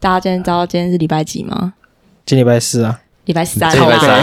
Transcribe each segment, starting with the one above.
大家今天知道今天是礼拜几吗？今礼拜四啊，礼拜三嗯这礼拜好吧？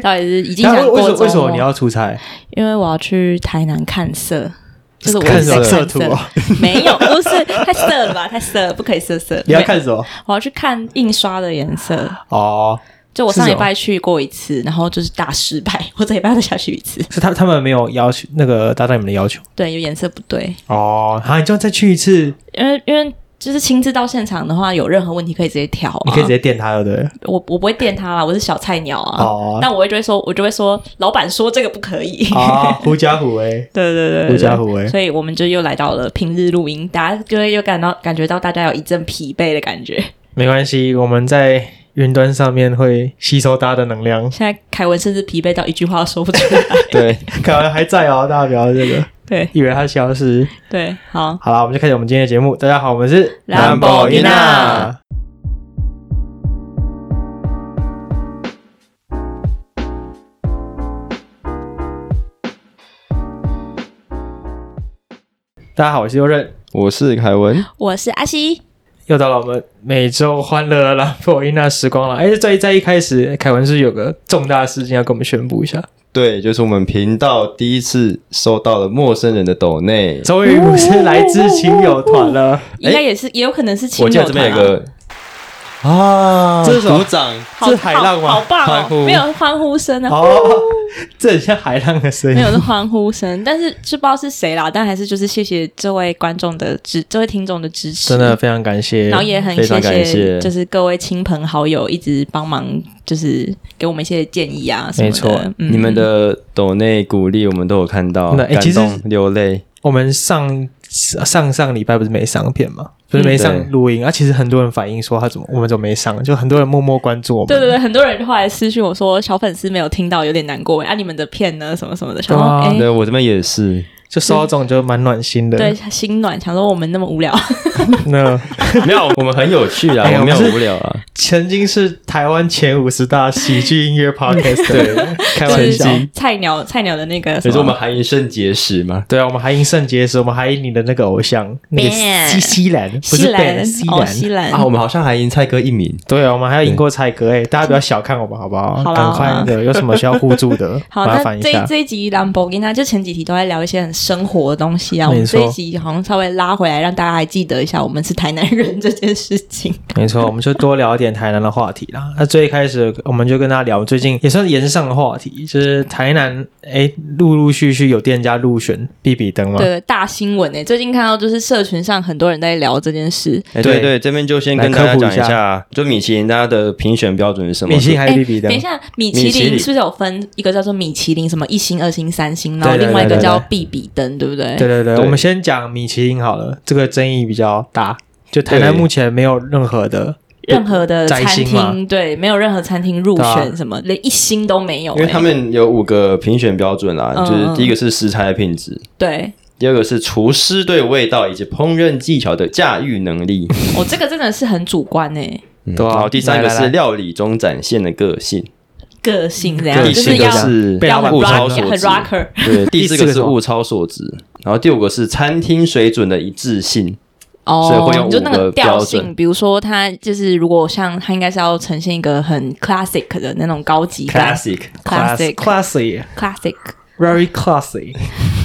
到底是已经那想为过什周么末为什么你要出差？因为我要去台南看色，就是我看是在什么色图哦 没有，不是太色了吧？太色了，不可以色色。你要看什么？我要去看印刷的颜色。哦，就我上是礼什么拜去过一次，然后就是大失败，我这礼拜要再下去一 次。是他他们没有要求那个达到你们的要求对，有颜色不对，哦，好，你就再去一次，因为因为就是亲自到现场的话，有任何问题可以直接调、啊。你可以直接电他，对不对？我我不会电他啦，我是小菜鸟啊。哦但我会就会说，我就会说，老板说这个不可以。啊，狐假虎威，对对对对狐假虎欸威，所以我们就又来到了平日录音，大家就会又感到感觉到大家有一阵疲惫的感觉。 没关系，我们在云端上面会吸收大家的能量。现在凯文甚至疲惫到一句话都说不出 来。 对，凯文还在哦，大家不要这个，对以为他消失。对，好，好了，我们就开始我们今天的节目。大家好，我们是 Lamborghini 大家好，我是优任，我是凯文，我是阿西。又到了我们每周欢乐的兰博伊娜时光了。哎，在在一开始，凯文是不是有个重大事情要跟我们宣布一哦下，对，就是我们频道第一次收到了陌生人的抖内，终于不是来自亲友团了应该也是，也有可能是亲哎我友记得团、啊。这边有个啊这是什么组长，好这是海浪吗好好棒哦欢呼哦！没有欢呼声啊，哦， 这很像海浪的声 音没有是欢呼声，但是就不知道是谁啦。但还是就是谢谢这位观众的支，这位听众的支持，真的。非常感谢。然后也很非常谢感谢就是各位亲朋好友一直帮忙，就是给我们一些建议啊什么的。没错嗯你们的抖内鼓励我们都有看到，那哎感其实动流泪，我们上上上礼拜不是没上片嘛，不是没嗯上对录音、啊？其实很多人反映说他怎么我们怎么没上，就很多人默默关注我们。对对对，很多人后来私讯我说小粉丝没有听到，有点难过啊。你们的片呢？什么什么的，想说对啊哎，对我这边也是，就收到这种就蛮暖心的。对，，心暖，想说我们那么无聊， 那没有，我们很有趣啦， 哎我们没我们有是无聊啊，曾经是台湾前五十大喜剧音 乐 podcast，对，开就玩笑。是菜鸟菜鸟的那个什所么，以说我们还以圣结石嘛，对啊，我们还迎圣洁时，我们还迎你的那个偶像那个 Ben 西西兰，不西是兰 Ben 西哦，兰。西兰啊，我们好像还赢蔡哥一名，对啊，我们还要赢过蔡哥哎、大家不要小看我们好不好？好啦赶快好啦的，有什么需要互助的， 好，麻那烦一这下一。这一集兰博基那就前几题都在聊一些很生活的东西啊。我们没错这一集好像稍微拉回来，让大家还记得一下我们是台南人这件事情。没错，我们就多聊一点台南的话题啦。那最一开始我们就跟大家聊最近也算是延上的话题，就是台南哎，陆陆续续有店家入选必比登嘛。对，大新闻诶、哎最近看到就是社群上很多人在聊这件事。哎，对对对，这边就先跟来科大家普讲一下下，就米其林大家的评选标准是什么？米其林还是必比登哎等一？下，米其其林林是不是有分一个叫做米其林什么一星、二星、三星，然后对对另外一个对对叫对必比登，对不对？对对对，对我们先讲米其林好了，这个争议比较大。就台南对目前没有任何的，任何的摘餐星嘛厅对，没有任何餐厅入对啊选什么，连一星都没有、因为他欸。们有五个评选标准啦，嗯就是第一个是食材的品质，对第二个是厨师对味道以及烹饪技巧的驾驭能力，我、哦这个真的是很主观欸诶、嗯对啊然后第三个来来是来料理中展现的个性，个性怎样，个第就四是要个是被老要板很物抓超 rock 所很值， rocker。对，第第四四个个是是物超所值，然后第五个是餐厅水准的一致性，所以哦会用，就那五个个标调准性，比如说它就是如果像它应该是要呈现一个很 classic 的那种高级感 classic。 classic classy classic， very classy。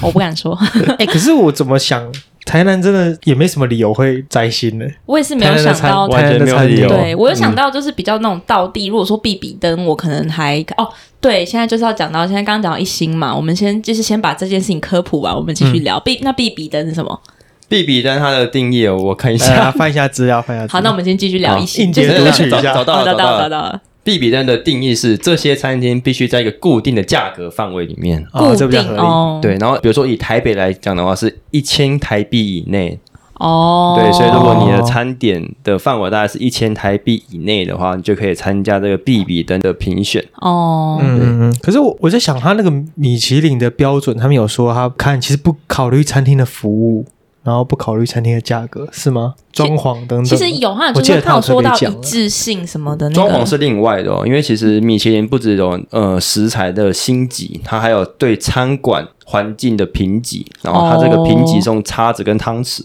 我不敢说， 哎，可是我怎么想，台南真的也没什么理由会摘星呢？我也是没有台南的想餐到，完全没有理由对我有想到就是比较那种道地，如果说必比登，我可能还哦，对，现在就是要讲到现在刚刚讲到一星嘛，我们先就是先把这件事情科普完，我们继续聊必那必比登是什么？ B B 单它的定义哦，我看一呃下。翻一下资料，翻一下资料。好，那我们先继续聊好一星，硬就件是 读取一下找找到哦了，找找到了找到了。到了， B B 单的定义是这些餐厅必须在一个固定的价格范围里面。哦固这比较定合理哦，对，然后比如说以台北来讲的话，是一千台币以内。哦，对，所以如果你的餐点的范围大概是一千台币以内的话，你就可以参加这个 B B 登的评选。哦，嗯，可是我我在想，他那个米其林的标准，他们有说他看其实不考虑餐厅的服务，然后不考虑餐厅的价格，是吗？装潢等等。其实有哈，我就记是得他他有有特说别到讲一了致性什么的那装个，潢是另外的哦，因为其实米其林不只有呃食材的星级，它还有对餐馆环境的评级，然后它这个评级是用叉子跟汤匙，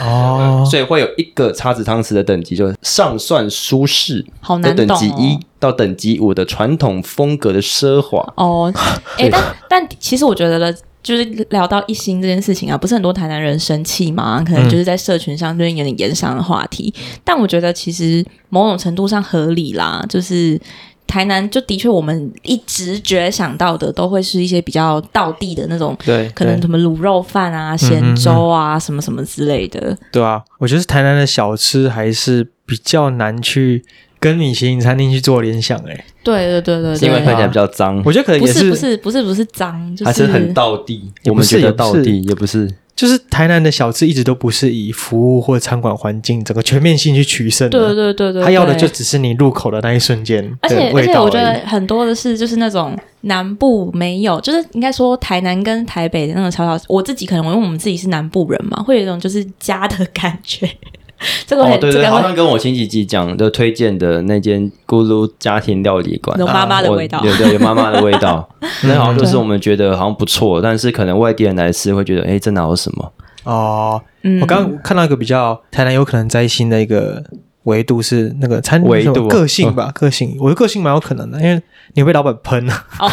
哦，所以会有一个叉子汤匙的等级，就是上算舒适好的难等懂哦级一到等级五的传统风格的奢华。哦。哦，哎、对但但其实我觉得了。就是聊到一心这件事情啊，不是很多台南人生气嘛？可能就是在社群上最近有点延上的话题，但我觉得其实某种程度上合理啦。就是台南，就的确我们一直觉想到的都会是一些比较道地的那种，对，可能对什么卤肉饭啊、咸粥啊、什么什么之类的。对啊，我觉得台南的小吃还是比较难去跟米其林餐厅去做联想诶、哎对对对对是对，因为看起来比较脏，我觉得可能不也是不是不是不是脏，啊就还是很道地，也我不们是觉得道地也不是。就是台南的小吃一直都不是以服务或餐馆环境整个全面性去取胜的，对对对对，他要的对就只是你入口的那一瞬间而且的而味且，道我觉得已。很多的是就是那种南部没有，就是应该说台南跟台北的那种小小，我自己可能因为我们自己是南部人嘛，会有一种就是家的感觉。 这个哦会，对这对，个好会像跟我前几集讲的推荐的那间咕噜家庭料理馆有，妈妈的味道啊我，有对有妈妈的味道， 那好像就是我们觉得好像不错，但是可能外地人来吃会觉得，哎，这哪有什么？哦，嗯我刚刚看到一个比较台南有可能摘星的一个维度是那个餐维度啊嗯什么个性吧，个性，我觉得个性蛮有可能的，因为你会被老板喷啊。哦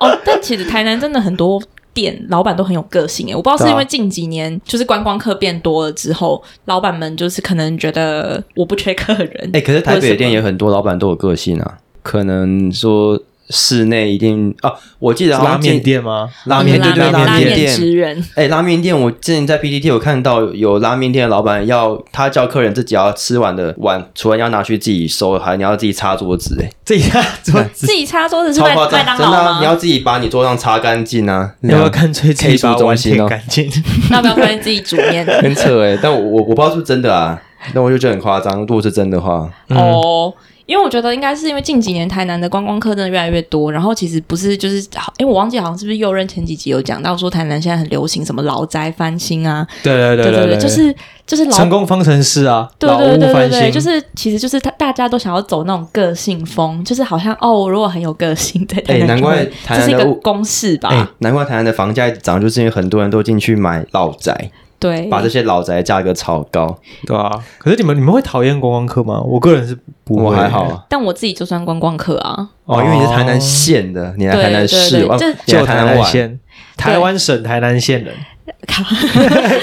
哦，但其实台南真的很多店老板都很有个性诶，我不知道啊是因为近几年就是观光客变多了之后，老板们就是可能觉得我不缺客人，哎，可是台北的店为也很多老板都有个性啊，可能说室内一定哦，我记得是好像拉面进店吗？拉什么面拉对对面拉面面店之人，哎、拉面店，我之前在 PPT 有看到有拉面店的老板要他叫客人自己要吃完的碗，除了要拿去自己收，还你要自己擦桌子、哎，这一下怎么？自己擦桌子是超麦夸麦张，当真的啊、劳你要吗？自己把你桌上擦干净啊，你 要不要那样干脆自己把碗舔干净？ 那要不要快点自己煮面？很扯哎、但我我我不知道是不是真的啊，那我就觉得很夸张，如果是真的话，哦，因为我觉得应该是因为近几年台南的观光客真的越来越多，然后其实不是就是，好，因为我忘记好像是不是右任前几集有讲到说台南现在很流行什么老宅翻新啊，对对对对对，就是就是老成。功方程式啊，对老对屋对对翻对，新，就是其实就是他大家都想要走那种个性风，就是好像哦，我如果很有个性在台哎、南，难怪这台是南一的个物。公式吧？哎、难怪台南的房价一直涨，就是因为很多人都进去买老宅，对，把这些老宅价格炒高。对啊。可是你们你们会讨厌观光客吗？我个人是不会，我还好啊，但我自己就算观光客啊，哦，因为你是台南县的，你来对台南对市，对哇这你就来哦台台南南 玩，县、台湾省台南县人，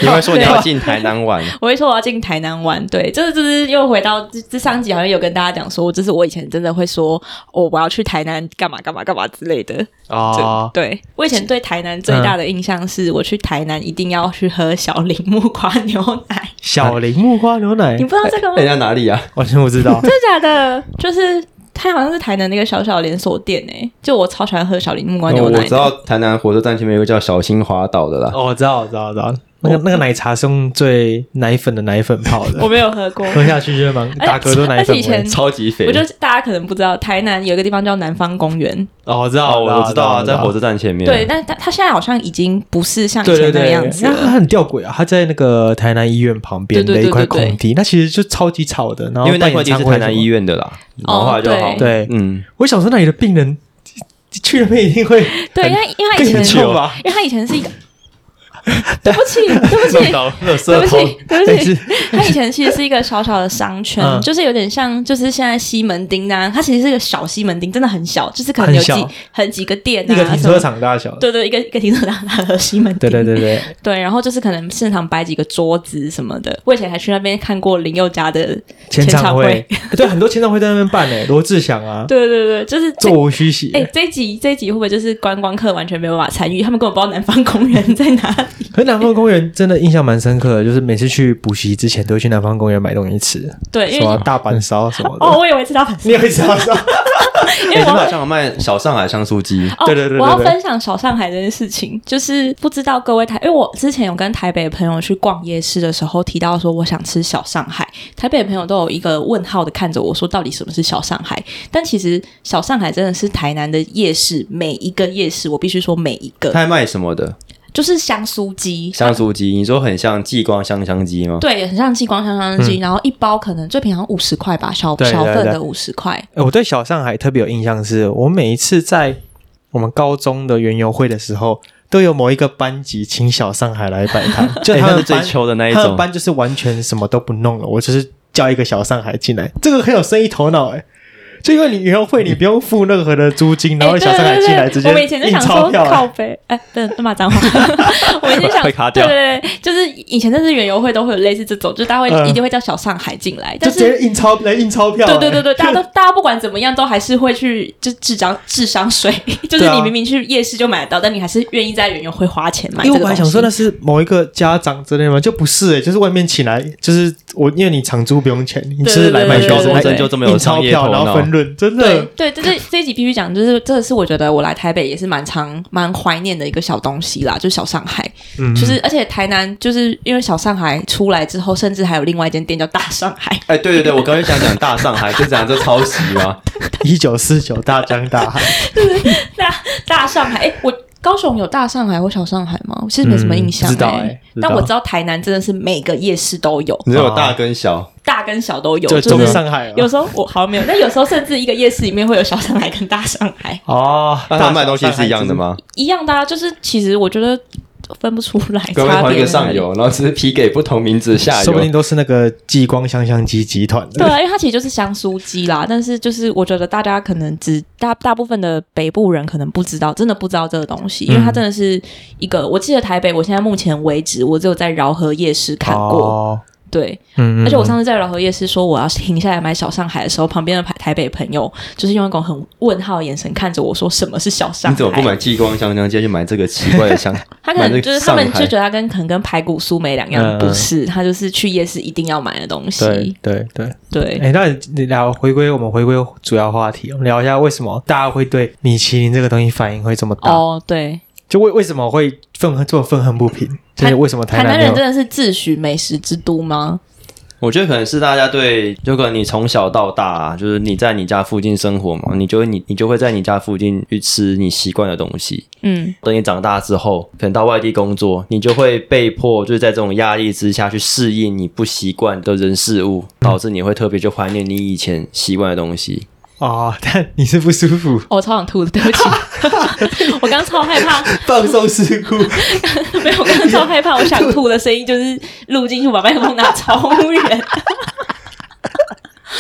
你会说你要进台南 玩，我会说我要进台南玩，对，这就是又回到这这上集好像有跟大家讲说，就是我以前真的会说，哦，我要去台南干嘛干嘛干嘛之类的。哦，对我以前对台南最大的印象是，我去台南一定要去喝小林木瓜牛 奶。小林木瓜牛奶你，不知道这哎个吗？。人家哪里啊？完全不知道 真的假的？就是它好像是台南那个小小连锁店诶、欸就我超喜欢喝小林木瓜牛奶我的。哦知道台南火车站前面有个叫小心滑岛的啦。哦，我知道，我知道，我知道。那个那个奶茶是用最奶粉的奶粉泡 我的，没有喝 过。喝下去就是蛮打嗝都奶而且粉以前味。超级肥嗯我觉得大家可能不知道，台南有一个地方叫南方公园，哦，我知道，哦，我知道啊，在火车车站前面。对，，但它它现在好像已经不是像以对前对那个对，样子因为它了。很吊诡啊，它在那个台南医院旁边对的对一块对对对空地，那其实就超级吵的。然后因为那办块演地唱是会台什么南医院的啦，哦然后后来就好。对嗯，我想说，那里的病人去那边一定会对，因为因为他更以严前，重吧？因为他以前是一个，对不起， 对 不起，到垃对不圾起，对但不是起，他以前其实是一个小小的商圈，嗯就是有点像，就是现在西门町那样，它其实是一个小西门町，真的很小，就是可能有几很小很几个店啊，一个停什车么。场大小。对对，一个一个停车场大和西门町，对对对对，对然后就是可能现场摆几个桌子什么的。我以前还去那边看过林宥嘉的，签签唱唱会会， 对，很多签唱会在那边办 诶，罗志祥啊，对对对，就是这座无虚席。哎、这一集这一集会不会就是观光客完全没有办法参与？他们根本不知道南方公园在哪里。可是南方公园真的印象蛮深刻的，就是每次去补习之前都会去南方公园买东西吃，对，因什为么大阪 烧什么的。哦，我以为知道粉丝， 你也会知道？因哎，为他我们好像有卖小上海香酥鸡，哦，对对对对对我要分享小上海这件事情，就是不知道各位台，因为我之前有跟台北的朋友去逛夜市的时候提到说我想吃小上海，台北的朋友都有一个问号的看着我说到底什么是小上海？但其实小上海真的是台南的夜市，每一个夜市我必须说每一个他还卖什么的？就是香酥鸡，香酥鸡，你说很像继光香香鸡吗？对，很像激光香香鸡，然后一包可能最便宜五十块吧，小嗯对对小份对的五十块。 哎我对小上海特别有印象是，我每一次在我们高中的园游会的时候，都有某一个班级请小上海来摆 摊，就哎他那们是最班秋的那一他种们，班就是完全什么都不弄了，我就是叫一个小上海进来，这个很有生意头脑哎、就因为你园游会，你不用付任何的租金，哎然后小上海进来直接我们以前就印想钞说票、靠啊，北，哎，对，骂脏话。 我以前想会卡掉对对对，就是以前真是园游会都会有类似这种，就是大家嗯会一定会叫小上海进来，就但直是接印哎钞来印钞票、对对对对，大家都大家不管怎么样，都还是会去就智商智商税，就是对啊你明明去夜市就买得到，但你还是愿意在园游会花钱买这因为个我本来东想说那西。是某一个家长之类的嘛，就不是哎、就是外面请来，就是我因为你场租不用钱，你是来买对对对小对来对对就这么有印钞商业票，头然后脑分润，真对的对，这这这一集必须讲，就是这是我觉得我来台北也是蛮常蛮怀念的一个小东西啦，就是小上海，嗯就是而且台南就是因为小上海出来之后，甚至还有另外一间店叫大上海， 哎，对对对，我刚才想讲大上海，就讲这抄袭嘛，一九四九大江大海，大上海，哎，我高雄有大上海或小上海吗？我其实没什么印象、嗯知道哎哎知道但我知道台南真的是每个夜市都有，你有大跟小，大跟小都有，就就中是上海啊有时候我好像没有，但有时候甚至一个夜市里面会有小上海跟大上海哦，那他们卖东西是一样的？吗？一样的啊，就是其实我觉得分不出来各位差同一别个在哪上里。游，然后只是批给不同名字下说不游定。都是那个激光香香鸡 集团对的。啊，因为它其实就是香酥鸡啦，但是就是我觉得大家可能只大大部分的北部人可能不知道，真的不知道这个东西，因为它真的是一个，我记得台北，我现在目前为止我只有在饶河夜市看过，哦，对，嗯，嗯而且我上次在饶河夜市说我要停下来买小上海的时候，旁边的台台北朋友就是用一种很问号的眼神看着我说：“什么是小上海？”你怎么不买激光香香，直接去买这个奇怪的香？他可能买这个就是他们上海就觉得它跟可能跟排骨酥没两嗯样，不是？他就是去夜市一定要买的东西。对对对，对，哎，那你聊回归我们回归主要话题，我们聊一下为什么大家会对米其林这个东西反应会这么大？哦，对，就为为什么会愤恨这么愤恨不平？就是为什么台南南没人有？真的是自诩美食之都吗？我觉得可能是大家对，就可能你从小到大、啊就是你在你家附近生活嘛，你就会你你就会在你家附近去吃你习惯的东西。嗯，等你长大之后，可能到外地工作，你就会被迫就是在这种压力之下去适应你不习惯的人事物，导致你会特别就怀念你以前习惯的东西。哦， 但你是不舒服，我、超想吐的，对不起，我刚超害怕，放松事 故。没有，我刚超害怕，我想吐的声音就是录进去，把麦克风拿超远。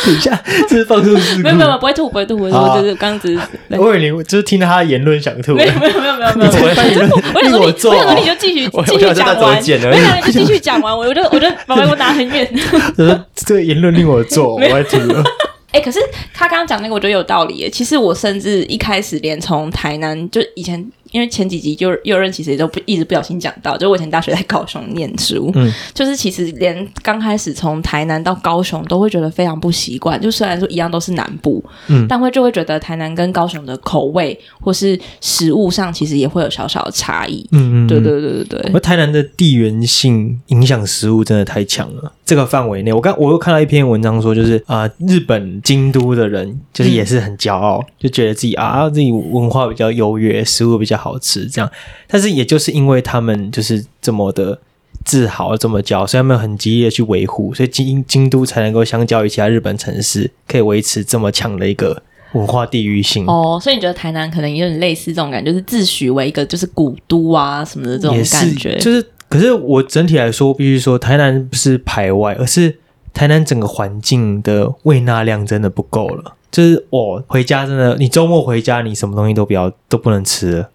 等一下，这是放松事故。没有没有，没有不会吐不会吐，我啊说就是刚刚只是对我以为你就是听到他的言论想吐。没有没有没有没有没有，你这番言论我想令说你，我我作想说呕你就继续我继我续想知道讲怎么完，剪而我已想你继续讲完，我就我就把麦克风拿很远。就是 这个言论令我作呕，我要吐了。哎、可是他刚刚讲那个，我觉得有道理耶。其实我甚至一开始连从台南，就以前因为前几集就右任其实也都不一直不小心讲到，就我以前大学在高雄念书，嗯就是其实连刚开始从台南到高雄都会觉得非常不习惯。就虽然说一样都是南部，嗯但会就会觉得台南跟高雄的口味或是食物上其实也会有小小的差异。嗯嗯，嗯对。对对对对而台南的地缘性影响食物真的太强了。这个范围内，我刚我又看到一篇文章说，就是啊、呃日本京都的人就是也是很骄傲，就觉得自己啊自己文化比较优越，食物比较好吃这样。但是也就是因为他们就是这么的自豪，这么骄傲，所以他们很极力的去维护，所以京京都才能够相较于其他日本城市，可以维持这么强的一个文化地域性。哦，所以你觉得台南可能有点类似这种感觉，就是自诩为一个就是古都啊什么的这种也是感觉，就是，可是我整体来说，必须说，台南不是排外，而是台南整个环境的喂纳量真的不够了。就是我、回家真的，你周末回家，你什么东西都不要，都不能吃 了。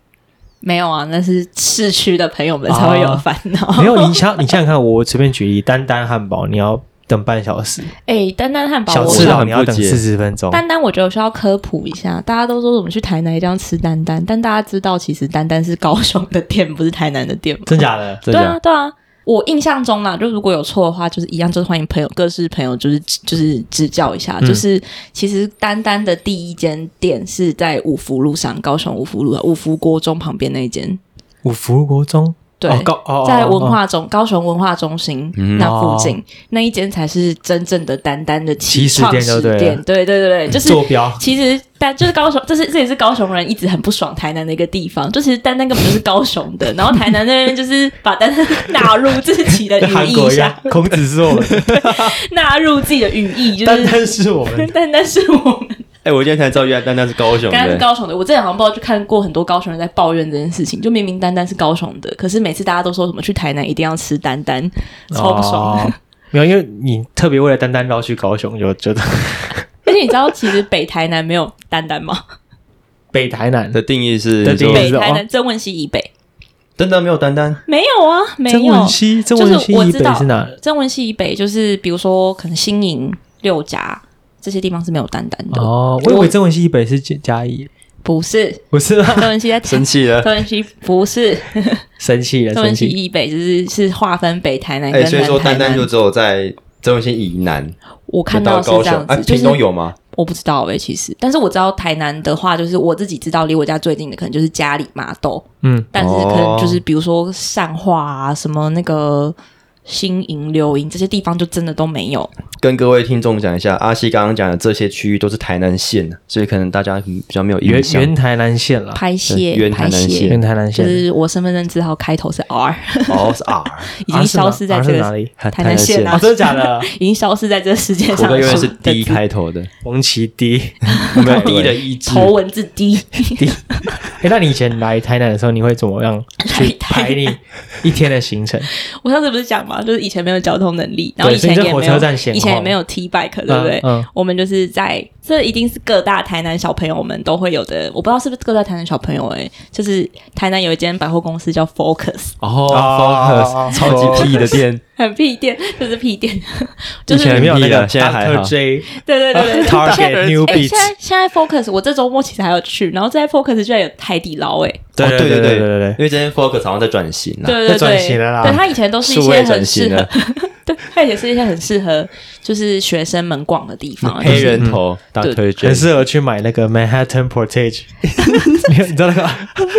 没有啊，那是市区的朋友们才会有烦恼。哦没有，你想，你想想看，我随便举例，单单汉堡你要等半小时， 哎，丹丹汉堡，小我吃吃佬很你要不等解四十分钟。丹丹，我觉得我需要科普一下。大家都说我们去台南一定要吃丹丹，但大家知道其实丹丹是高雄的店，不是台南的店吗？真假的？真对的啊，对啊。我印象中啦，就如果有错的话，就是一样，就是欢迎朋友，各式朋友，就是就是指教一下。嗯就是其实丹丹的第一间店是在五福路上，高雄五福路五福国中旁边那一间，五福国中，对，哦、高哦，哦在文哦化中、高雄文化中心嗯那附近、那一间才是真正的丹丹的起起始创店就始对了店，对对对对， 就是坐 标其实但就是高雄，这是这也是高雄人一直很不爽台南的一个地方，就其实丹丹根本就是高雄 的，然后台南那边就是把丹丹纳入自己的跟语 韩义国一样下，，孔子是我们的，纳入自己的语义，就单是 单是我们的。丹丹是我们。哎、我今天才知道，原来丹丹是高雄刚刚是的。高雄的，我之前好像不知道去看过很多高雄人在抱怨这件事情，就明明丹丹是高雄的，可是每次大家都说什么去台南一定要吃丹丹，超不爽的。哦没有，因为你特别为了丹丹绕去高雄，就觉得 而且你知道，其实北台南没有丹丹吗？北台南的定义是，的你说定义北是台南曾文溪以北丹丹没有丹丹，没有啊， 没曾有文。溪，曾是文溪我以知北道是哪？曾文溪以北就是比如说可能新营、六甲这些地方是没有丹丹的，哦，我以为曾文溪以北是嘉嘉义，不是不是 啊，曾文溪在台 生气了。 曾文溪不是生气了，曾生文溪气。以北，就是是划分北台南哎、跟所以说南台丹丹南就。只有在曾文溪以南，我看到到是高这雄样。哎、子，就屏是东有吗？我不知道哎、其实，但是我知道台南的话，就是我自己知道离我家最近的可能就是嘉里麻豆，嗯，但是可能就是比如说善化啊，什么那个新营、柳营这些地方就真的都没有。啊跟各位听众讲一下，阿西刚刚讲的这些区域都是台南县的，所以可能大家比较没有原印象。原台南县啦，拍对蟹，原台拍南蟹县，原台南就县是我身份证字号开头是 R，哦，是 R，已经消失在这啊哪个里？台南县啊，啊真的 假的？已经消失在这个世界我上哥了永。远是是 D 开头的，红旗 低。我们有 D 的意志。头文字 D，哎，那你以前来台南的时候，你会怎么样去排你一天的行程？我上次不是讲嘛，就是以前没有交通能力，然后对以前所以你在也火没车有站闲晃以前也没有 T bike，对不对？嗯嗯我们就是在这一定是各大台南小朋友们都会有的，我不知道是不是各大台南小朋友哎、就是台南有一间百货公司叫 Focus，哦哦，Focus，超级屁的 店，很屁店，就是屁店，就是以前没有那很密个了现在还好 Dr. J 对对对对对。 Target 现在 New 哎 Beats 现在现在 Focus，我这周末其实还要去，然后在 Focus 居然有海底捞哎、对哦对对对对对对因为这间 Focus 好像在转型啊啦，对在对转型了啦对，对他以前都是一数些位转很适型合了，，对，他以前是一些很适合就是学生们逛的地方，黑人头对 Dr. J，很适合去买那个 Manhattan Portage，没有你知道那个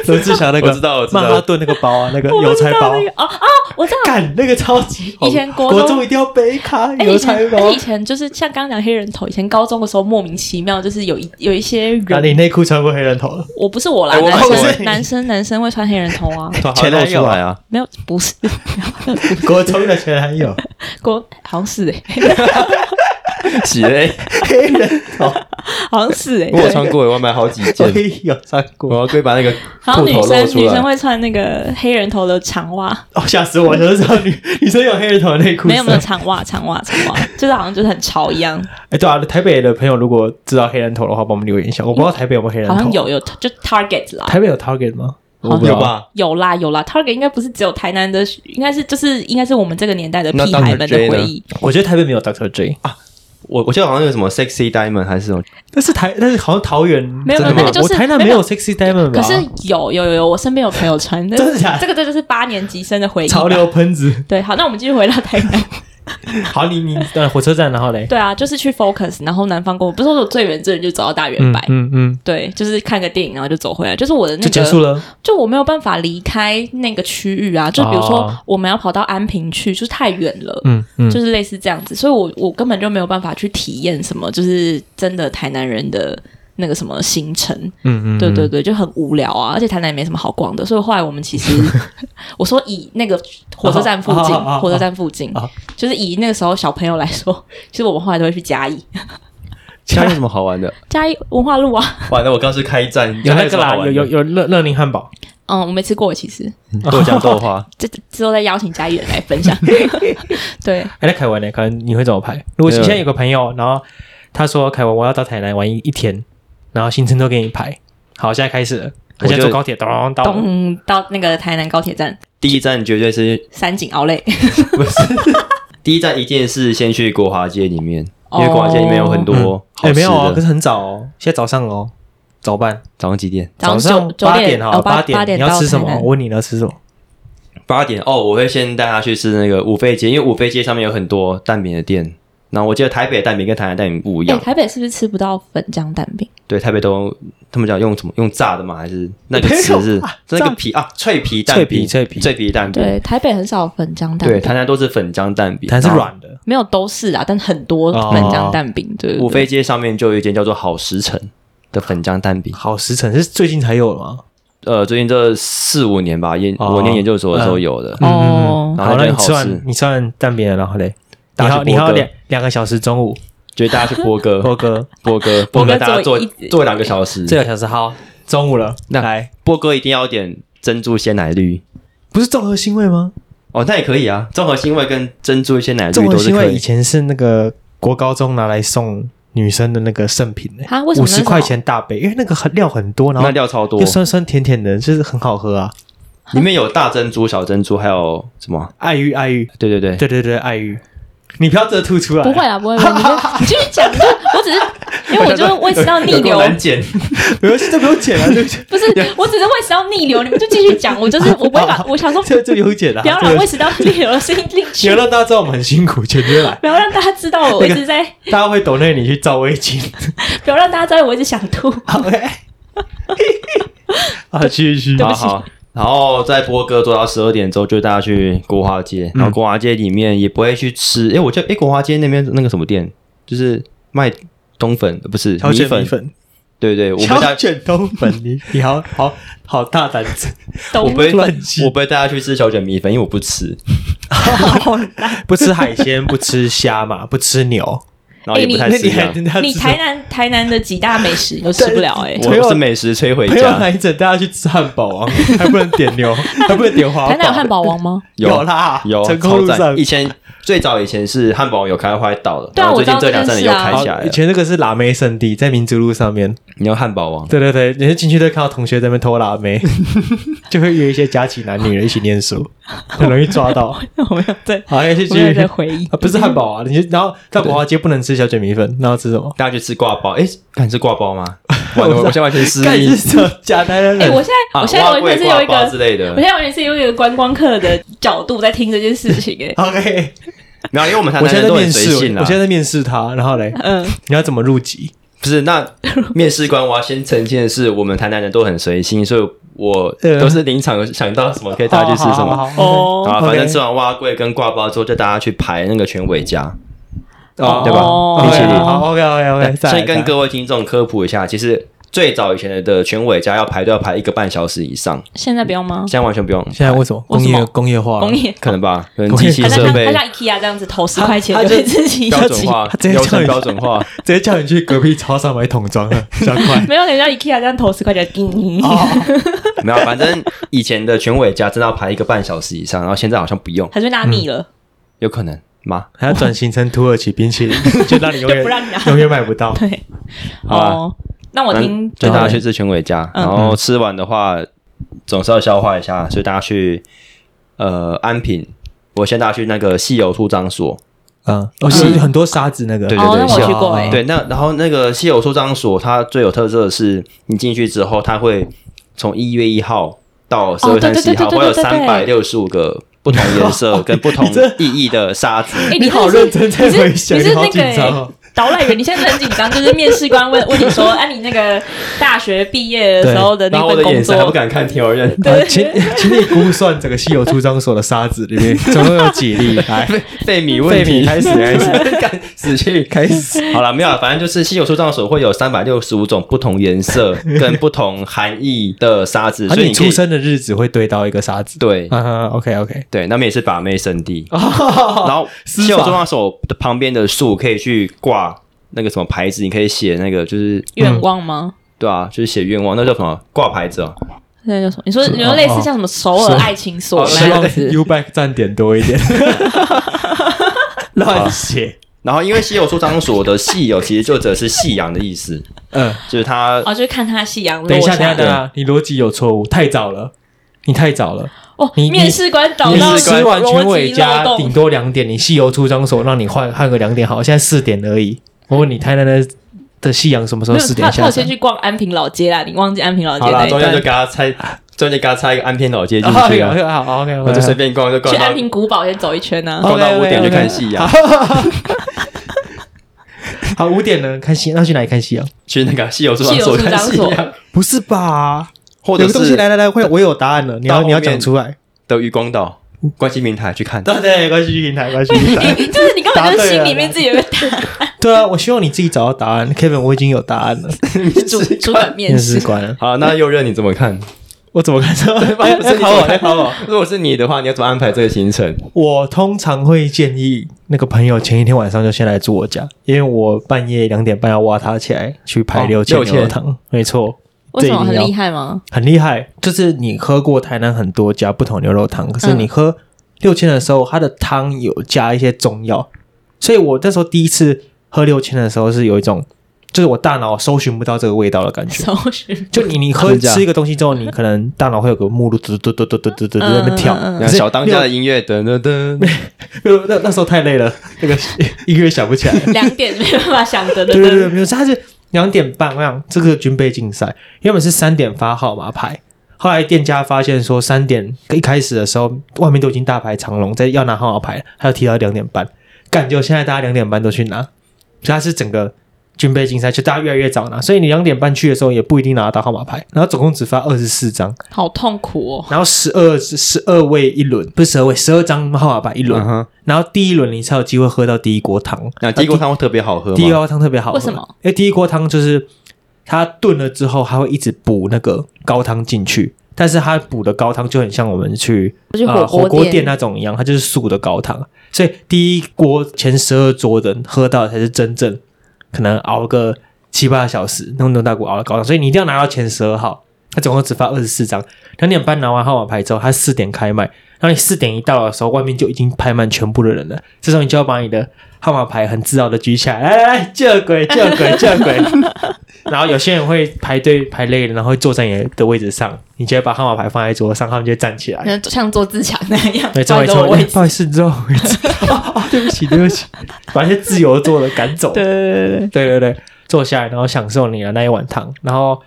罗志祥那个，我知道我知道曼哈顿那个包啊，那个我邮不知差道包那，个哦啊，我知道。干那个超级红以前国中国中一定要背卡哎邮以差前，而包且以，前就是像刚刚讲黑人头，以前高中的时候莫名其妙就是有一有一些啊，你人，内裤穿过黑人头了，我不是我啦，哎我男不是生你男生男生会穿黑人头啊，突然前露男友出来啊，没有不是， 国中的前男友国好像是哎、洗嘞，黑人头，好像是哎、 我有对，穿过，我买好几我件，也 有穿我过，要可以把那个好像裤女头露生出女生来。会穿那个黑人头的长袜，哦，吓死我！就是知道女女生有黑人头的内裤，没有没有。长袜长袜长 袜，就是好像就是很潮一样，哎，对啊，台北的朋友如果知道黑人头的话，帮我们留言一下。我不知道台北有没有黑人头，好像有有就 Target 啦，台北有 Target 吗？好像我不知道有吧？有啦有啦，Target 应该不是只有台南的，应该是就是应该是我们这个年代的那屁孩们 Dr. J 的呢回忆。我觉得台北没有 Doctor J，我我记得好像有什么 Sexy Diamond 还是什么，但是台但是好像桃园没有真的没那吗有个就是我台南没有 Sexy Diamond 可吧？是有有有有，我身边有朋友 穿，但是真的假的这个这就是八年级生的回忆吧。潮流喷子，对，好，那我们继续回到台 南。好，你你呃火车站，然后嘞，对啊，就是去 Focus，然后南方公园，不是说我最远最远就走到大圆白，嗯嗯，对，就是看个电影然后就走回来，就是我的那就个，结束了。就我没有办法离开那个区域啊，就比如说哦我们要跑到安平去，就是太远了。嗯嗯，就是类似这样子，所以我我根本就没有办法去体验什么，就是真的台南人的那个什么行程，嗯嗯，对对对，就很无聊啊，而且台南也没什么好逛的，所以后来我们其实，我说以那个火车站附近，哦哦哦哦火车站附近，哦就是以那个时候小朋友来说，其实我们后来都会去嘉义，嘉义有什么好玩的？嘉义文化路啊， 完了，我刚是开战，有嘉义那个什么好啦，玩有的有有乐乐宁汉堡，嗯，我没吃过，其实豆浆 豆花，这之后再邀请嘉义人来分享，对，哎，那凯文呢？凯文你会怎么排？如果没有现在有个朋友，然后他说凯文我要到台南玩一一天，然后行程都给你排，好，现在开始了，我他现在就坐高铁咚咚，咚到那个台南高铁站第一站绝对是三井奥莱，不是，第一站一定是先去国华街里面，因为哦国华街里面有很多哎好吃没有哦，可的。是很早哦，现在早上哦，早办，早上几点？早上上九八九点好了，哦八点八点你要到吃什么台？南我问你你要吃什么？八点哦，我会先带他去吃那个五妃街，因为五妃街上面有很多蛋饼的店。然后我记得台北的蛋饼跟台南的蛋饼不一哎、样，台北是不是吃不到粉浆蛋饼？对，台北都他们讲用什么用炸的吗？还是那个没有词是啊那炸个皮啊脆皮蛋饼脆皮脆皮脆皮蛋饼，对，台北很少粉浆蛋对，饼，台南都是粉浆蛋饼，台南是然后软的，没有都是啊，但很多哦粉浆蛋饼，对对对五妃街上面就有一间叫做好时辰的粉浆蛋饼，好时辰是最近才有的吗？呃，最近这四五年吧，研、哦嗯我念研究所的时候有的，哦然好，后那那你个好吃吃完你吃完蛋饼了，然后嘞，你大还家要去你还播要歌两两个小时中午就是大家去播歌，波哥，播歌，播播歌，歌大家做坐一坐两个小时。呃哦嗯这个小时好，中午了，那来，播歌一定要点珍珠鲜奶绿不是综合腥味吗？哦，那也可以啊，综合腥味跟珍珠鲜奶绿综合都是腥可味以以。前是那个国高中拿来送女生的那个圣品呢、啊为什么那五是十什么块钱大杯，因为那个很料很多，然后那料超多又，酸酸甜甜的，就是很好喝啊。里面有大珍珠、小珍珠，还有什么？啊爱玉，爱玉，对对对，对对对，爱玉，你不要真的吐出来，不会，啊啦，不会，不会你就你继续讲，就我只是因为我就胃食道 逆有流够，难剪，没关系，这不用剪了、啊对不起，不是，我只是胃食道逆流，你们就继续讲，我就是我不会把，我想说这这不用剪了、 不要这让个胃食道逆流的声音进你 去要，让大家知道我们很辛苦，全就来， 不要让大家知道我一直在，大家会抖内你去照胃镜。不要让大家知道我一直想吐。好嘞， 啊，继续，对不好起好。然后在播歌做到十二点之后，就大家去国华街。嗯然后国华街里面也不会去吃，诶，我记得诶，国华街那边那个什么店，就是卖冬粉，呃不是挑米选粉米，粉，对对，我被挑大选冬粉，你你 好好好大胆子，我懂不会乱吃我不会带他去吃小卷米粉，因为我不吃，不吃海鲜，不吃虾嘛，不吃牛，然后也不太那吃你还香。跟他你台南台南的几大美食你都吃不了哎、对我是美食摧毁朋友家，来整，大家去吃汉堡啊王， 还不能点 牛，还不能点华堡，台南有汉堡王吗？有啦，有成功超路赞。上以。前最早以前是汉堡有开坏倒了，对啊然后我最知道近这两三年这又件事啊开起来以了。前那个是辣妹圣地，在民族路上面。你要汉堡王，对对对，你就进去都看到同学在那边偷辣妹，就会约一些假期男女人一起念书，很容易抓到。我没有在，好，继我没续有在回 忆啊，不是汉堡啊，你就然后在国华街不能吃小卷米粉，然后吃什么？大家去吃挂包，哎，看是挂 包吗？完了，我现在完全失干忆是。什么假台南哎、人？我现在、啊我现在蛙完全贵是有一挂包个之类我的现，在完全是用一个观光客的角度在听这件事情、 哎， OK，没有，因为我们台我南现在人在都很面随试，性我啊现。在在面试他，然后嘞，嗯，你要怎么入籍？不是，那面试官我要先澄清的是，我们台南人都很随性，所以我呃都是临场想到什么可以大家去吃什么。哦，好啊， OK 反正吃完蛙贵跟挂包之后，就大家去排那个全伟家。哦对吧哦冰淇淋好，OK OK OK，先跟各位听众科普一下，其实最早以前的全伟家要排队要排一个半小时以上，现在不用吗？现在完全不用，现在为什么为工什么业工业化了？工业，可能吧，可能机器哦他像设他备像 IKEA 这样子投十他块钱他就就可以自己。标准化他直，接流叫程你标准化。 直接叫你去隔壁超商买桶装的，小块没有人家 IKEA 这样投十块钱，叮叮哦，没有，啊反正以前的全伟家真的要排一个半小时以上，然后现在好像不用，他就纳米了，嗯有可能吗？还要转型成土耳其冰淇淋，就让你永就不让远你 拿永远买不到。对，好啊哦，那我反听嗯正就大家去吃全伟家，嗯然后吃完的话总是要消化一下，所以大家去呃安平，我先大家去那个西游出张所，嗯，哦，是很多沙子那个，对哦，那对我对去过哎，对，那然后那个稀有收藏所，它最有特色的是，你进去之后，它会从一月一号到十哦二月对三对十对一号，对对会有对三百对六十五个不同颜色跟不同 你这意义的沙子。哎，你真的好是认真在你是回想，你你是好那紧个张哎哦。导览员，你现在是很紧张，就是面试官问问你说，哎，你那个大学毕业的时候的那然后我份的眼工神嗯还作，不敢看田 友任，啊请请你估算整个西游出张所的沙子里面总共有几粒？ 来，费费米问米题开始开始 干死去开始。好了，没有啦，反正就是稀有收藏所会有三百六十五种不同颜色跟不同含义的沙 子，啊，所以你你可出以生的日子会堆到一个沙子。对啊，OK OK，对，那边也是把妹圣地。哦然 后西游中央手的旁边的树可以去挂那个什么牌子，你可以写那个就是愿望吗？对啊，就是写愿望，那叫什么挂牌子哦。那叫什么？你说你说类似像什么首尔爱情所哦啊那希样望子？ U back 站点多一点，乱写。然后因为西游出张所的戏友其实就只是夕阳的意思，嗯，就是它哦，就是看他夕阳等落一下，下等一下，等一下，你逻辑有错误，太早了，你太早了。哦，你面试官找你到是吃完全逻伟辑漏家，顶洞，多两点，你西游出张所让你换换个两点好，现在四点而已。我问你，台南的的夕阳什么时候没四有点他他下有山先？去逛安平老街啦，你忘记安平老街好那啦，一中间就段。给他拆，中间给他拆一个安偏老街进啊去哦啊， ，OK，好，OK，我就随便逛就逛去到安平古堡先走一圈啊呢、啊逛到五点就看戏。夕阳，啊 好，五点呢？看夕，那去哪里看夕阳？去那个西游出张西所游出看张夕 所阳，不是吧？或有个者东西来是来来，快，我有答案了，你到要后你要面讲出来。的渔光岛关西明台 去看。对对，关系平台，关系平 台。就是你根本就是心里面自己有个答案，对啊，我希望你自己找到答案。Kevin，我已经有答案了，主主管面面试试。官。好，那右任你怎么看？我怎么看到？发现不是你 考我，在考我。如果是你的话，你要怎么安排这个行程？我通常会建议那个朋友前一天晚上就先来住我家，因为我半夜两点半要挖他起来去排哦六千六千牛肉汤。没错，为什么很这一定要厉害吗？很厉害，就是你喝过台南很多家不同牛肉汤，可是你喝六千的时候，它的汤有加一些中药，所以我那时候第一次喝六千的时候是有一种，就是我大脑搜寻不到这个味道的感觉。搜寻就你你喝真假吃一个东西之后，你可能大脑会有个目录嘟嘟嘟嘟嘟嘟嘟嘟在那边跳，嗯嗯嗯可是小当家的音乐，噔噔噔，没 有那那时候太累了，那个 音乐想不起来。两点没办法想的， 对对对，没有，他是两点半，我想这个军备竞赛原本是三点发号码牌，后来店家发现说三点一开始的时候，外面都已经大排长龙，在要拿号码牌，他就提到两点半，感觉现在大家两点半都去拿，所以他是整个。军备竞赛就大家越来越早拿，所以你两点半去的时候也不一定拿得到号码牌。然后总共只发二十四张，好痛苦哦。然后十二十二位一轮，不是十二位，十二张号码牌一轮。嗯哼然后第一轮你才有机会喝到第一锅汤。那鸡骨汤会特别好喝第一吗？锅汤特别好喝，为什么？因为第一锅汤就是它炖了之后，它会一直补那个高汤进去，但是它补的高汤就很像我们去去呃火火锅锅店店那种一样，它就是素的高汤。所以第一锅前十二桌的人喝到的才是真正可能熬个七八小时，那么多大骨熬的高汤，所以你一定要拿到前十二号。它总共只发二十四张，两点半拿完号码牌之后，它四点开卖。然后你四点一到的时候，外面就已经排满全部的人了。这时候你就要把你的号码牌很自傲的举起来，来来来，救鬼救 鬼救鬼！然后有些人会排队排累了，然后会坐在你的位置上，你就会把号码牌放在桌上，他们就会站起来。像像做自强那样，没错没占着错，我位哎置 不好意思，之后位置哦哦，对不起对不起， 把一些自由座的赶走。对对对对对， 对对对，坐下来，然后享受你的那一碗汤，然后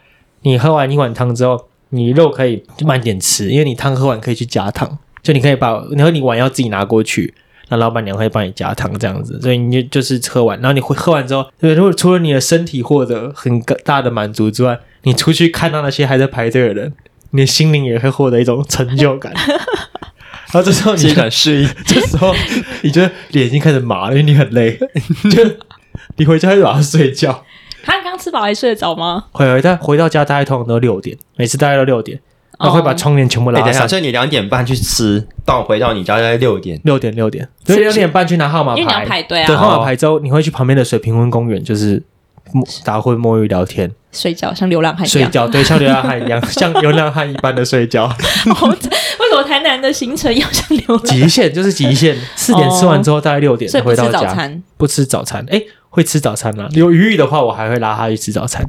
你喝完一碗汤之后，你肉可以慢点吃，因为你汤喝完可以去加汤，就你可以把，然后你碗要自己拿过去。那老板娘会帮你加汤这样子，所以你就就是喝完，然后你会喝完之后，对，如果除了你的身体获得很大的满足之外，你出去看到那些还在排队的人，你的心灵也会获得一种成就 感。然后这时候你 就适应。这时候你就脸已经开始麻了，因为你很累，你就你回家就马上睡觉。他刚吃饱还睡得着吗？回来但回到家大概通常都六点，每次大概都六点，然后会把哦窗帘全部哎，等拉一下，上。所以你两点半去吃，到回到你家大概六点。哦六点六点，所以六点半去拿号码牌，因为你要排队啊对，号码牌之后你会去旁边的水平温公园，就是摸打混摸鱼聊天、睡觉像流浪汉一睡样。觉，对，像流浪汉一样，像流浪汉一般的睡 觉。哦为什么台南的行程要像流浪？极限就是极限，四点吃完之后大概六点哦所以不回吃到早家，餐，嗯不吃早餐，哎，会吃早餐啦。有余裕的话，我还会拉他去吃早餐。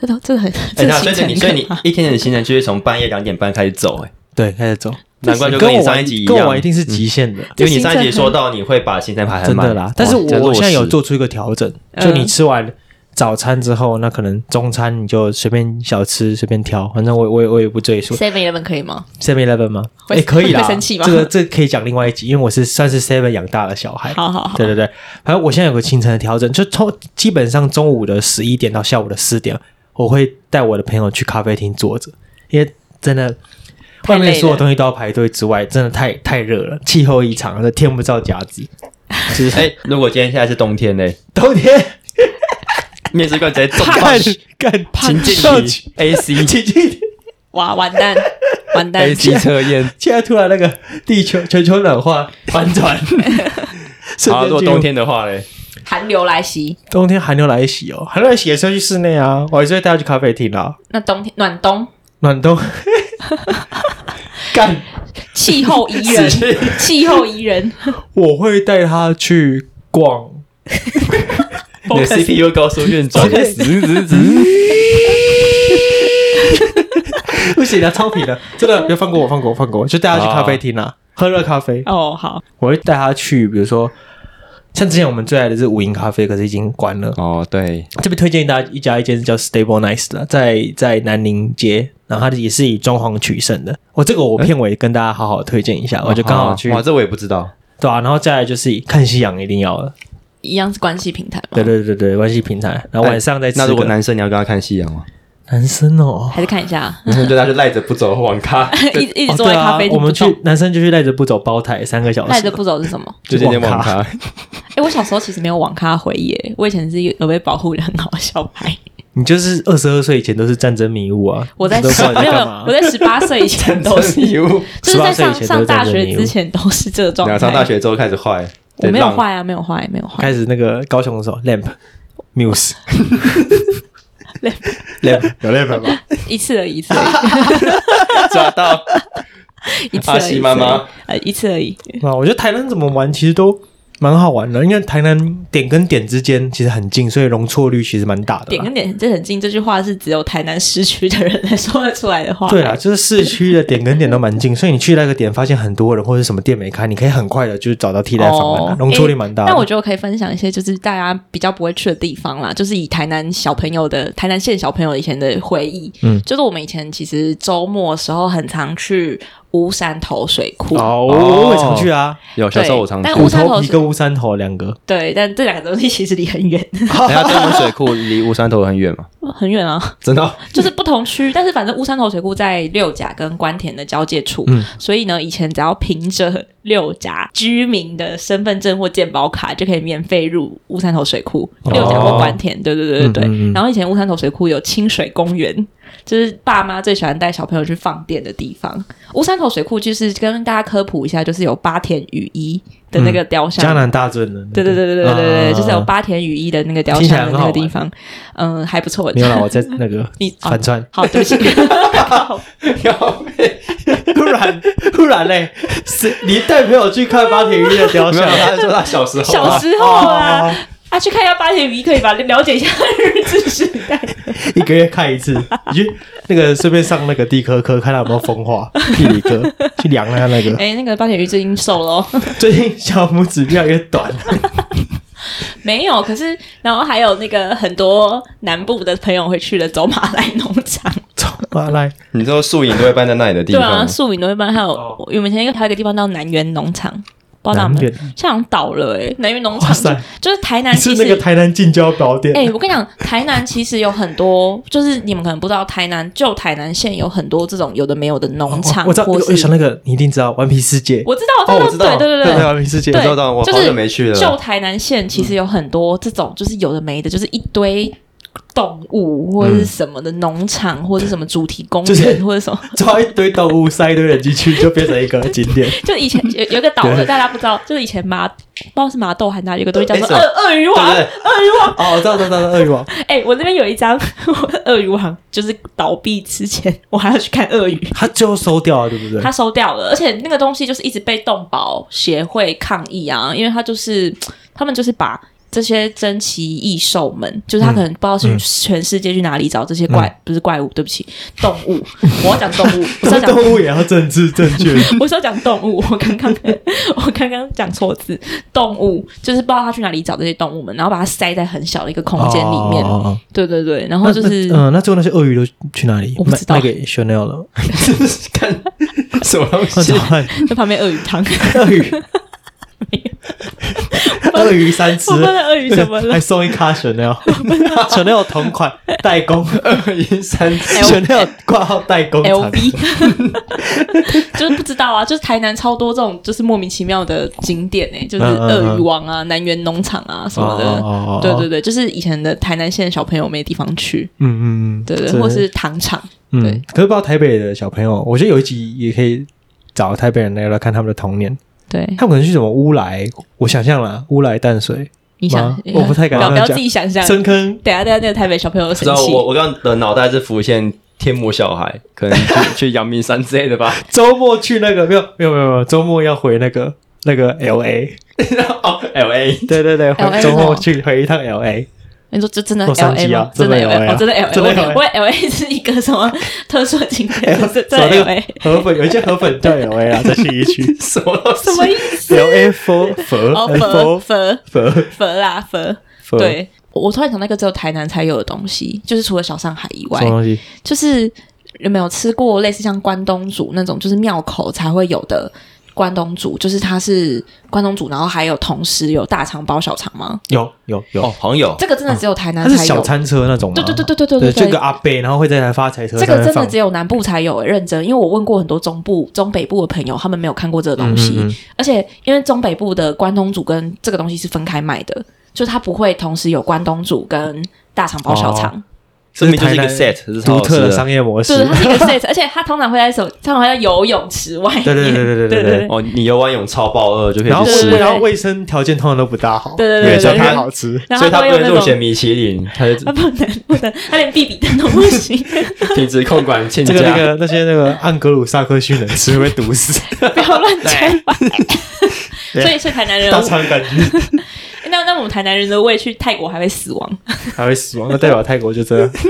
这都这个很等哎这一个下，哎所行程以你所以很你可怕。一天的行程就是从半夜两点半开始走，哎，对，开始走。难怪就跟你我上玩一集一跟我样玩一，定是极限的，因为你上一集说到你会把行程排很真满哦的啦。但是哇这我落现在有实做出一个调整，嗯就你吃完早餐之后，那可能中餐你就随便小吃随便挑，反正我我也我也不赘述。 Seven Eleven 可以吗？ Seven Eleven 吗？会哎，可以啦，会生气吗这个这个可以讲另外一集，因为我是算是 Seven 养大的小孩。好好好，对对对，反正我现在有个清晨的调整，就从基本上中午的十一点到下午的四点，我会带我的朋友去咖啡厅坐着，因为真的太外累面所有了东西都要排队之外，真的太太热了，气候异常，这天不照甲子，就是哎，如果今天现在是冬天嘞，冬天面试官直接中 干干情境上 去题 A C 情境题哇，完 蛋，完蛋 A！C 测验。现在突然那个地球全球暖化反转， 瞬 好，间如果进入冬天的话嘞，寒流来袭，冬天寒流来袭哦，寒流来袭也是要去室内啊，我还是会带他去咖啡厅啦，那冬天暖冬，暖冬 干。气候宜 人，气候宜人。我会带他去逛， 你的 C P U 高速运 转， 不行啊，超频的，真的别放过我，放过我，放过我，就带他去咖啡厅啊，喝热咖啡。哦，好，我会带他去，比如说像之前我们最爱的是五营咖啡，可是已经关了。哦，对，这边推荐大家一家一间叫 Stable Nice 的，在在南宁街，然后它也是以装潢取胜的。我、这个我片尾跟大家好好推荐一下，我就刚好去，哦啊哇，这我也不知道。对啊，然后再来就是看夕阳一定要的，一样是关系平台嘛？对对对对，关系平台，然后晚上再吃个、 哎那如果男生你要跟他看夕阳吗？男生哦，还是看一下，男生对他 就赖着不走网咖，一 一直坐在咖啡哦对啊、我厅不们动去，哦男生就去赖着不走包台三个小时，赖着不走是什么？ 就就今今天天网网咖咖。 哎，我小时候其实没有网咖回忆耶，我以前是有被保护的很好的小孩。你你就是二十二岁以前都是战争迷雾啊！我在都不知十道你没有，没在有干嘛我。在十八岁以前都 是，礼物，就是在上18岁以前都是上大战争迷学雾之前都是这个状态。然后啊上大学之后开始坏，我对没有浪坏啊，没有坏，没有坏。开始那个高雄的时候，Lamp Muse Lamp 有那本 吧，一次而已，一次而抓到 已，一次阿而已。西妈妈，哦呃，一次而已。啊，我觉得台南怎么玩其实都蛮好玩的，因为台南点跟点之间其实很近，所以容错率其实蛮大的点啦。跟点这很近，这句话是只有台南市区的人才说得出来的话。对啦，就是市区的点跟点都蛮近，所以你去那个点，发现很多人或者什么店没开，你可以很快的就找到替代方案啦，哦容啊错率蛮大但我的。觉得我可以分享一些，就是大家比较不会去的地方啦，就是以台南小朋友的台南县小朋友以前的回忆，嗯就是我们以前其实周末的时候很常去乌山头水库，哦，哦我也常去啊，有小时候我常去对，但哦乌虎山头头皮是跟乌山头两个，对，但这两个东西其实离很远，等一下这门水库离乌山头很远嘛，很远啊， 真的哦就是不同区，但是反正乌山头水库在六甲跟关田的交界处，嗯所以呢，以前只要凭着六甲居民的身份证或健保卡，就可以免费入乌山头水库、哦六甲或关田。对对对对对。嗯嗯嗯然后以前乌山头水库有清水公园，就是爸妈最喜欢带小朋友去放电的地方。乌山头水库就是跟大家科普一下，就是有八田雨衣的那个雕像，江南大圳的那个。对对对对对对对，啊就是有八田雨衣的那个雕听起来像的很那好个玩地方，嗯，还不错。没有啦，我在那个 你哦反串，好，对不起。 忽然忽然嘞，是你带朋友去看八田玉的雕 没有，像，哦 他是说他小时候小啊，时候啊，啊，去看一下八田鱼，可以吧？了解一下日治时代。 一个月看一次，你去那个顺便上那个地科科，看他有没有风化，地理科去量一下那个。哎、那个八田鱼最近瘦了哦，最近小拇指越来越短， 没有。可是，然后还有那个很多南部的朋友会去的走马来农场，走马来你知道树影都会搬在那里的地对啊，方，宿营都会办。还有、哦我们以前一个还有一个地方叫南园农场，不知道南你们边，现在好像倒了哎、南园农哇场就塞就是台南是其那个实。台南近郊宝典。哎、我跟你讲，台南其实有很多，就是你们可能不知道，台南就台南县有很多这种有的没有的农场，哦我知道，或我是我想那个你一定知道《顽皮世界》。我知道，哦，我我知道，对对对对，顽皮世界，我对知道知道，我就好是久没去就了，台南县其实有很多这种，就是有的没的，就是一堆动物或者是什么的农场，或者是什么主题公园，就是或者什么。 抓一堆动物，塞一堆人进去，就变成一个景点。就以前有有一个岛对的，大家不知道，就是以前麻不知道是麻豆还是哪里有个东西叫做诶什么鳄鳄鱼对王对。对，哦，我知道，知道，知道，鳄鱼王哎、我那边有一张 我鳄鱼王，就是倒闭之前，我还要去看鳄鱼。他最后收掉了，对不对？他收掉了，而且那个东西就是一直被动保协会抗议啊，因为他就是他们就是把这些珍奇异兽们，就是他可能不知道是嗯全世界去哪里找这些怪，不是怪物，对不起，动物，我要讲动物，我是要 讲。动物也要政治正确。我是要讲动物，我刚刚我刚刚讲错字，动物就是不知道他去哪里找这些动物们，然后把它塞在很小的一个空间里面。哦哦哦哦对对对，然后那就是那 嗯，那最后那些鳄鱼都去哪里？我不知道卖卖给 Chanel 了。看什么 东那西怎么？办？在旁边鳄鱼汤，鳄鱼，鳄鱼三只 我，问鳄鱼怎么了还？送一卡 Chanel，Chanel 同款代工二一三四，哎我，Chanel 挂号代工厂 L。B，就是不知道啊， 就是台南超多这种就是莫名其妙的景点哎、就是嗯嗯嗯鳄鱼王啊、南园农场啊什么的。哦哦哦哦对对对，就是以前的台南县的小朋友没地方去，嗯嗯嗯，对对，这或是糖厂，嗯对，可是不知道台北的小朋友，我觉得有一集也可以找台北人来来看他们的童年， 对，他们可能去什么乌来，我想象啦，乌来淡水，你想妈，我不太敢不要不乱要讲自己想象。深坑等一下等一下，啊那个台北小朋友知生道气，我我刚刚的脑袋是浮现天母小孩，可能 去去阳明山之类的吧。周末去那个没有没有没有没有，周末要回那个那个 L A，哦，L A，对对对， LA 回周末去回一趟 L A，你说这真的洛 L 杉 A 矶啊吗？真的真的 LA 啊哦真的 L 真的 A， LA 我 L A 是一个什么特殊的景点， 是真的 L A，河粉有一些河粉叫 L A 啊，在信义区什么东西什么意思？ L A 佛佛哦，佛佛佛佛佛啦佛，佛，对，我我突然想到一个只有台南才有的东西，就是除了小上海以外什么，东西？就是有没有吃过类似像关东煮那种，就是庙口才会有的关东煮，就是它是关东煮，然后还有同时有大肠包小肠吗？有有有，哦，朋友，这个真的只有台南它是才小有。餐车那种吗？啊对对对对对对对，对这个阿贝，然后会在台发财车这上个面真的放只有南部才有、欸认真，因为我问过很多中部、中北部的朋友，他们没有看过这个东西。嗯嗯嗯而且因为中北部的关东煮跟这个哦东西是分开卖的，就是它不会同时有关东煮跟大肠包小肠。这明明就是一个台南 set，这是超独好吃特的的商业模式对，。它是一个 set，而且它通常会在手，通常会在游泳池外面。对对对对对对对对。哦，你游完泳超爆饿就可以然后去吃对对，对然后卫生条件通常都不大好，对对对对只要对太对好吃。然所后以它他会不用那能入种选米其林，他 就啊，不能不能，他连 B 比登都不 行，停止控管欠这个那佳。 个那些那个按格鲁萨克逊人吃会被毒死，不要乱拆吧。所以是台南人的大胃，肠杆菌那那我们台南人的胃去泰国还会死 亡，还会死亡。那代表泰国就这样，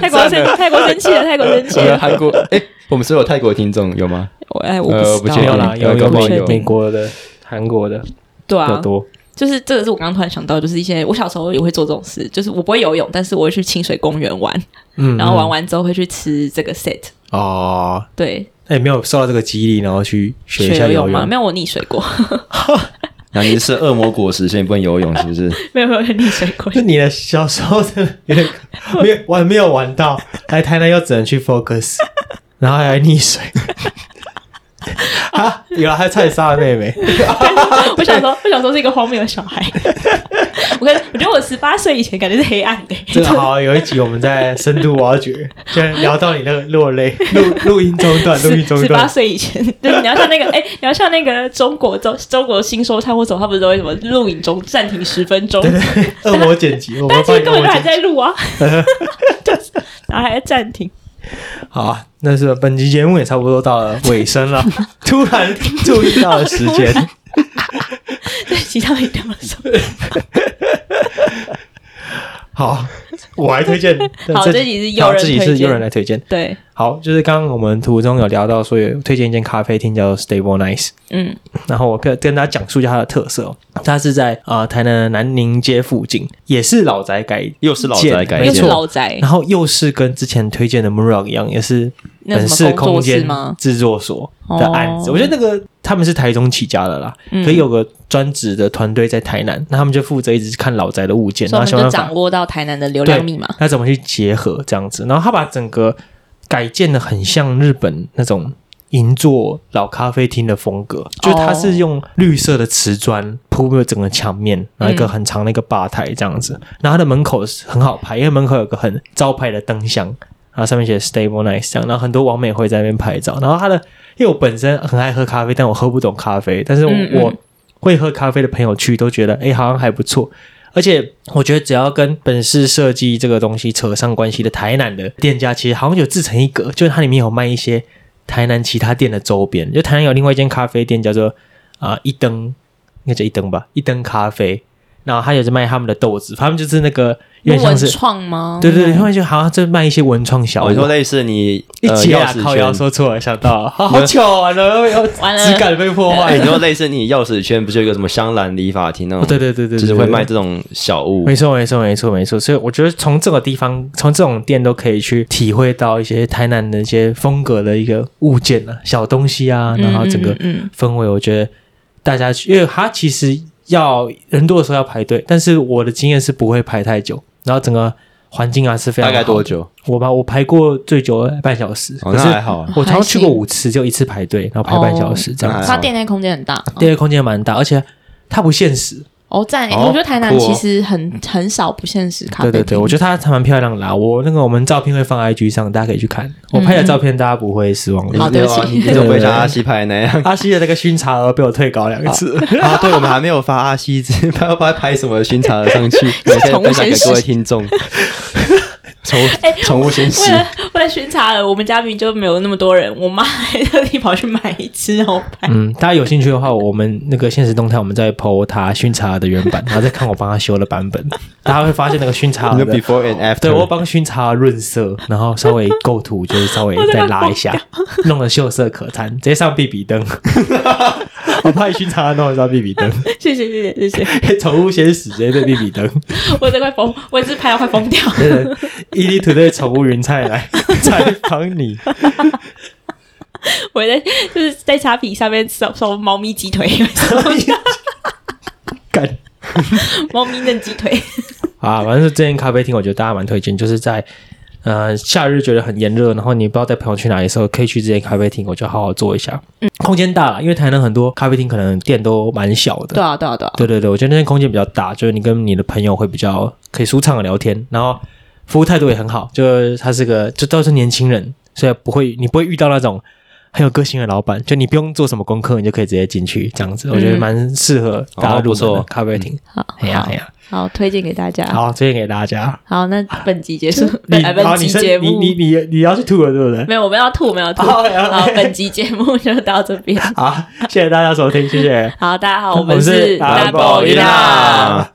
泰国生泰国生气了，泰国生气我们啊了。韩国哎，我们所有泰国听众有吗？我哎，我呃不知不道，确没 定有啦，呃有搞不好美有美国的、韩国的对比较啊，多。就是这个是我刚刚突然想到，就是一些我小时候也会做这种事，就是我不会游泳，但是我会去清水公园玩，嗯然后玩完之后会去吃这个 set，哦，对，哎，没有受到这个激励，然后去学一学下游游泳吗？泳没。有，我溺水过，然后你是吃恶魔果实，所以你不能游泳，是不 是？没有没有溺水过。 就你的小时候真的有点没有玩没有玩到，来台南又只能去 focus，然 后还要溺水。 啊，有了，还差点杀了妹妹。我想说，我想说是一个荒谬的小孩。 我跟我觉得我十八岁以前感觉是黑暗的、这个好，有一集我们在深度挖掘，就聊到你那个落泪，录录音中断，录音中十八断。岁以前，就是你要像那个，哎、你要像那个中国中中国新说唱或者他不是都会什么录影中暂停十分钟， 恶魔剪辑，我但们其实帮你根恶本魔就还剪辑。在录 啊， 就是然后还在暂停。好啊，那是本集节目也差不多到了尾声 了，突然注意到了时间。对，其他没这么说。好，我还推荐。好这集是诱人好这集推是荐诱人来推荐。对，好，就是刚刚我们途中有聊到说有推荐一间咖啡厅叫 Stable Nice，嗯，然后我跟跟大家讲述一下它的特色、哦。它是在啊、呃台南的南宁街附近，也是老宅改，又是老宅改没又建是错，老宅，然后又是跟之前推荐的 m u r o 一样，也是那本什么市工空作室间吗？制作所的案子。哦我觉得那个他们是台中起家的啦，嗯可以有个专职的团队在台南，那他们就负责一直看老宅的物件，所然以后我想们就办法掌握到台南的流对量密码。他怎么去结合这样子。然后他把整个改建的很像日本那种银座老咖啡厅的风哦格，就是它是用绿色的瓷砖铺了整个墙面，然嗯后一个很长的一个吧台这样子。然后它的门口是很好拍，因为门口有个很招牌的灯箱，然后上面写 Stable Nice 这样，然后很多网美会在那边拍照。然后它的，因为我本身很爱喝咖啡，但我喝不懂咖啡，但是我,、嗯嗯会喝咖啡的朋友去都觉得，哎，好像还不错。而且我觉得只要跟本市设计这个东西扯上关系的台南的店家，其实好像有自成一格，就是它里面有卖一些台南其他店的周边。就台南有另外一间咖啡店叫做啊、呃一灯，应该叫一灯吧，一灯咖啡。然后它也是卖他们的豆子，他们就是那个有点像文是，创吗？对对对，他们就好像在卖一些文创小哦物你。说类似你一呃接钥啊，匙靠腰圈，说错了，想 到了，好好巧啊，然后要完了质感啊被 破哎，坏你。说类似你钥匙圈不是有一个什么香兰理发厅那哦种？对对对对，对嗯就是会对卖这种小物没。错，没错，没错，没错。所以我觉得从这个地方，从这种店都可以去体会到一些台南的一些风格的一个物件啊，小东西啊，嗯，然后整个嗯嗯氛围，我觉得大家去，因为它其实要人多的时候要排队，但是我的经验是不会排太久，然后整个环境啊是非常大概好的多？久？我吧，我排过最久半小时，哦，可那是还好啊。我常常去过五次，就一次排哦队，然后排半小时这样那嗯子。还它好店内空间很大。第二空间蛮大，而且它不限时，哦，赞！哦我觉得台南酷哦其实很很少不限时咖啡对对厅。 对，我觉得它还蛮漂亮的啦。我那个我们照片会放 IG 上，大家可以去看。我拍的照片大家不会失嗯望的。好对不起你你 怎么会像阿西拍的那样？阿西的那个熏茶鹅被我退稿两 次，啊，对，我们还没有发阿西之 拍拍拍什么巡查的 上去，我们现在分享给各位听众。宠哎宠物先为食，了为了巡查了，我们家明明就没有那么多人，我妈还特地跑去买一只然后拍。嗯，大家有兴趣的话，我们那个现实动态我们再 PO 它熏茶鹅的原版，然后再看我帮他修的版本，大家会发现那个熏茶你鹅 说的。 before and after，对，我帮熏茶鹅润色，然后稍微构图，就是稍 微我真的再拉一下，弄得秀色可餐，直接上 B 比灯。 我怕熏茶鹅弄上 B 比灯， 谢谢谢谢谢谢，宠物先死，直接被 B 比灯。我真快疯，我也是拍到快疯掉。对伊利团队宠物云菜来 采访你， 我在就是在虾皮下面搜搜猫咪鸡腿，干猫咪嫩鸡腿。啊！反正是这间咖啡厅，我觉得大家蛮推荐，就是在呃夏日觉得很炎热，然后你不知道带朋友去哪里的时候，可以去这间咖啡厅，我就好好坐一下。嗯，空间大了，因为台南很多咖啡厅可能店都蛮小的。对啊对啊对啊，对对对，我觉得那间空间比较大，就是你跟你的朋友会比较可以舒畅的聊天，然后服务态度也很好，就他是个就都是年轻人，所以不会你不会遇到那种很有个性的老板，就你不用做什么功课，你就可以直接进去这样子，我觉得嗯蛮适合大家哦入不门的错咖啡厅。好，哎呀哎呀，好，推荐给大家。好，推荐给大家。好，那本集结束，你本来好本你集是节你目你你你要去吐了，对 不对？没有，我们要吐，我们要吐。好哎呀好哎，本集节目就到这边。好，谢谢大家收听，谢谢。好，大家好，我我们是是 Double 一 Ina 啊啦。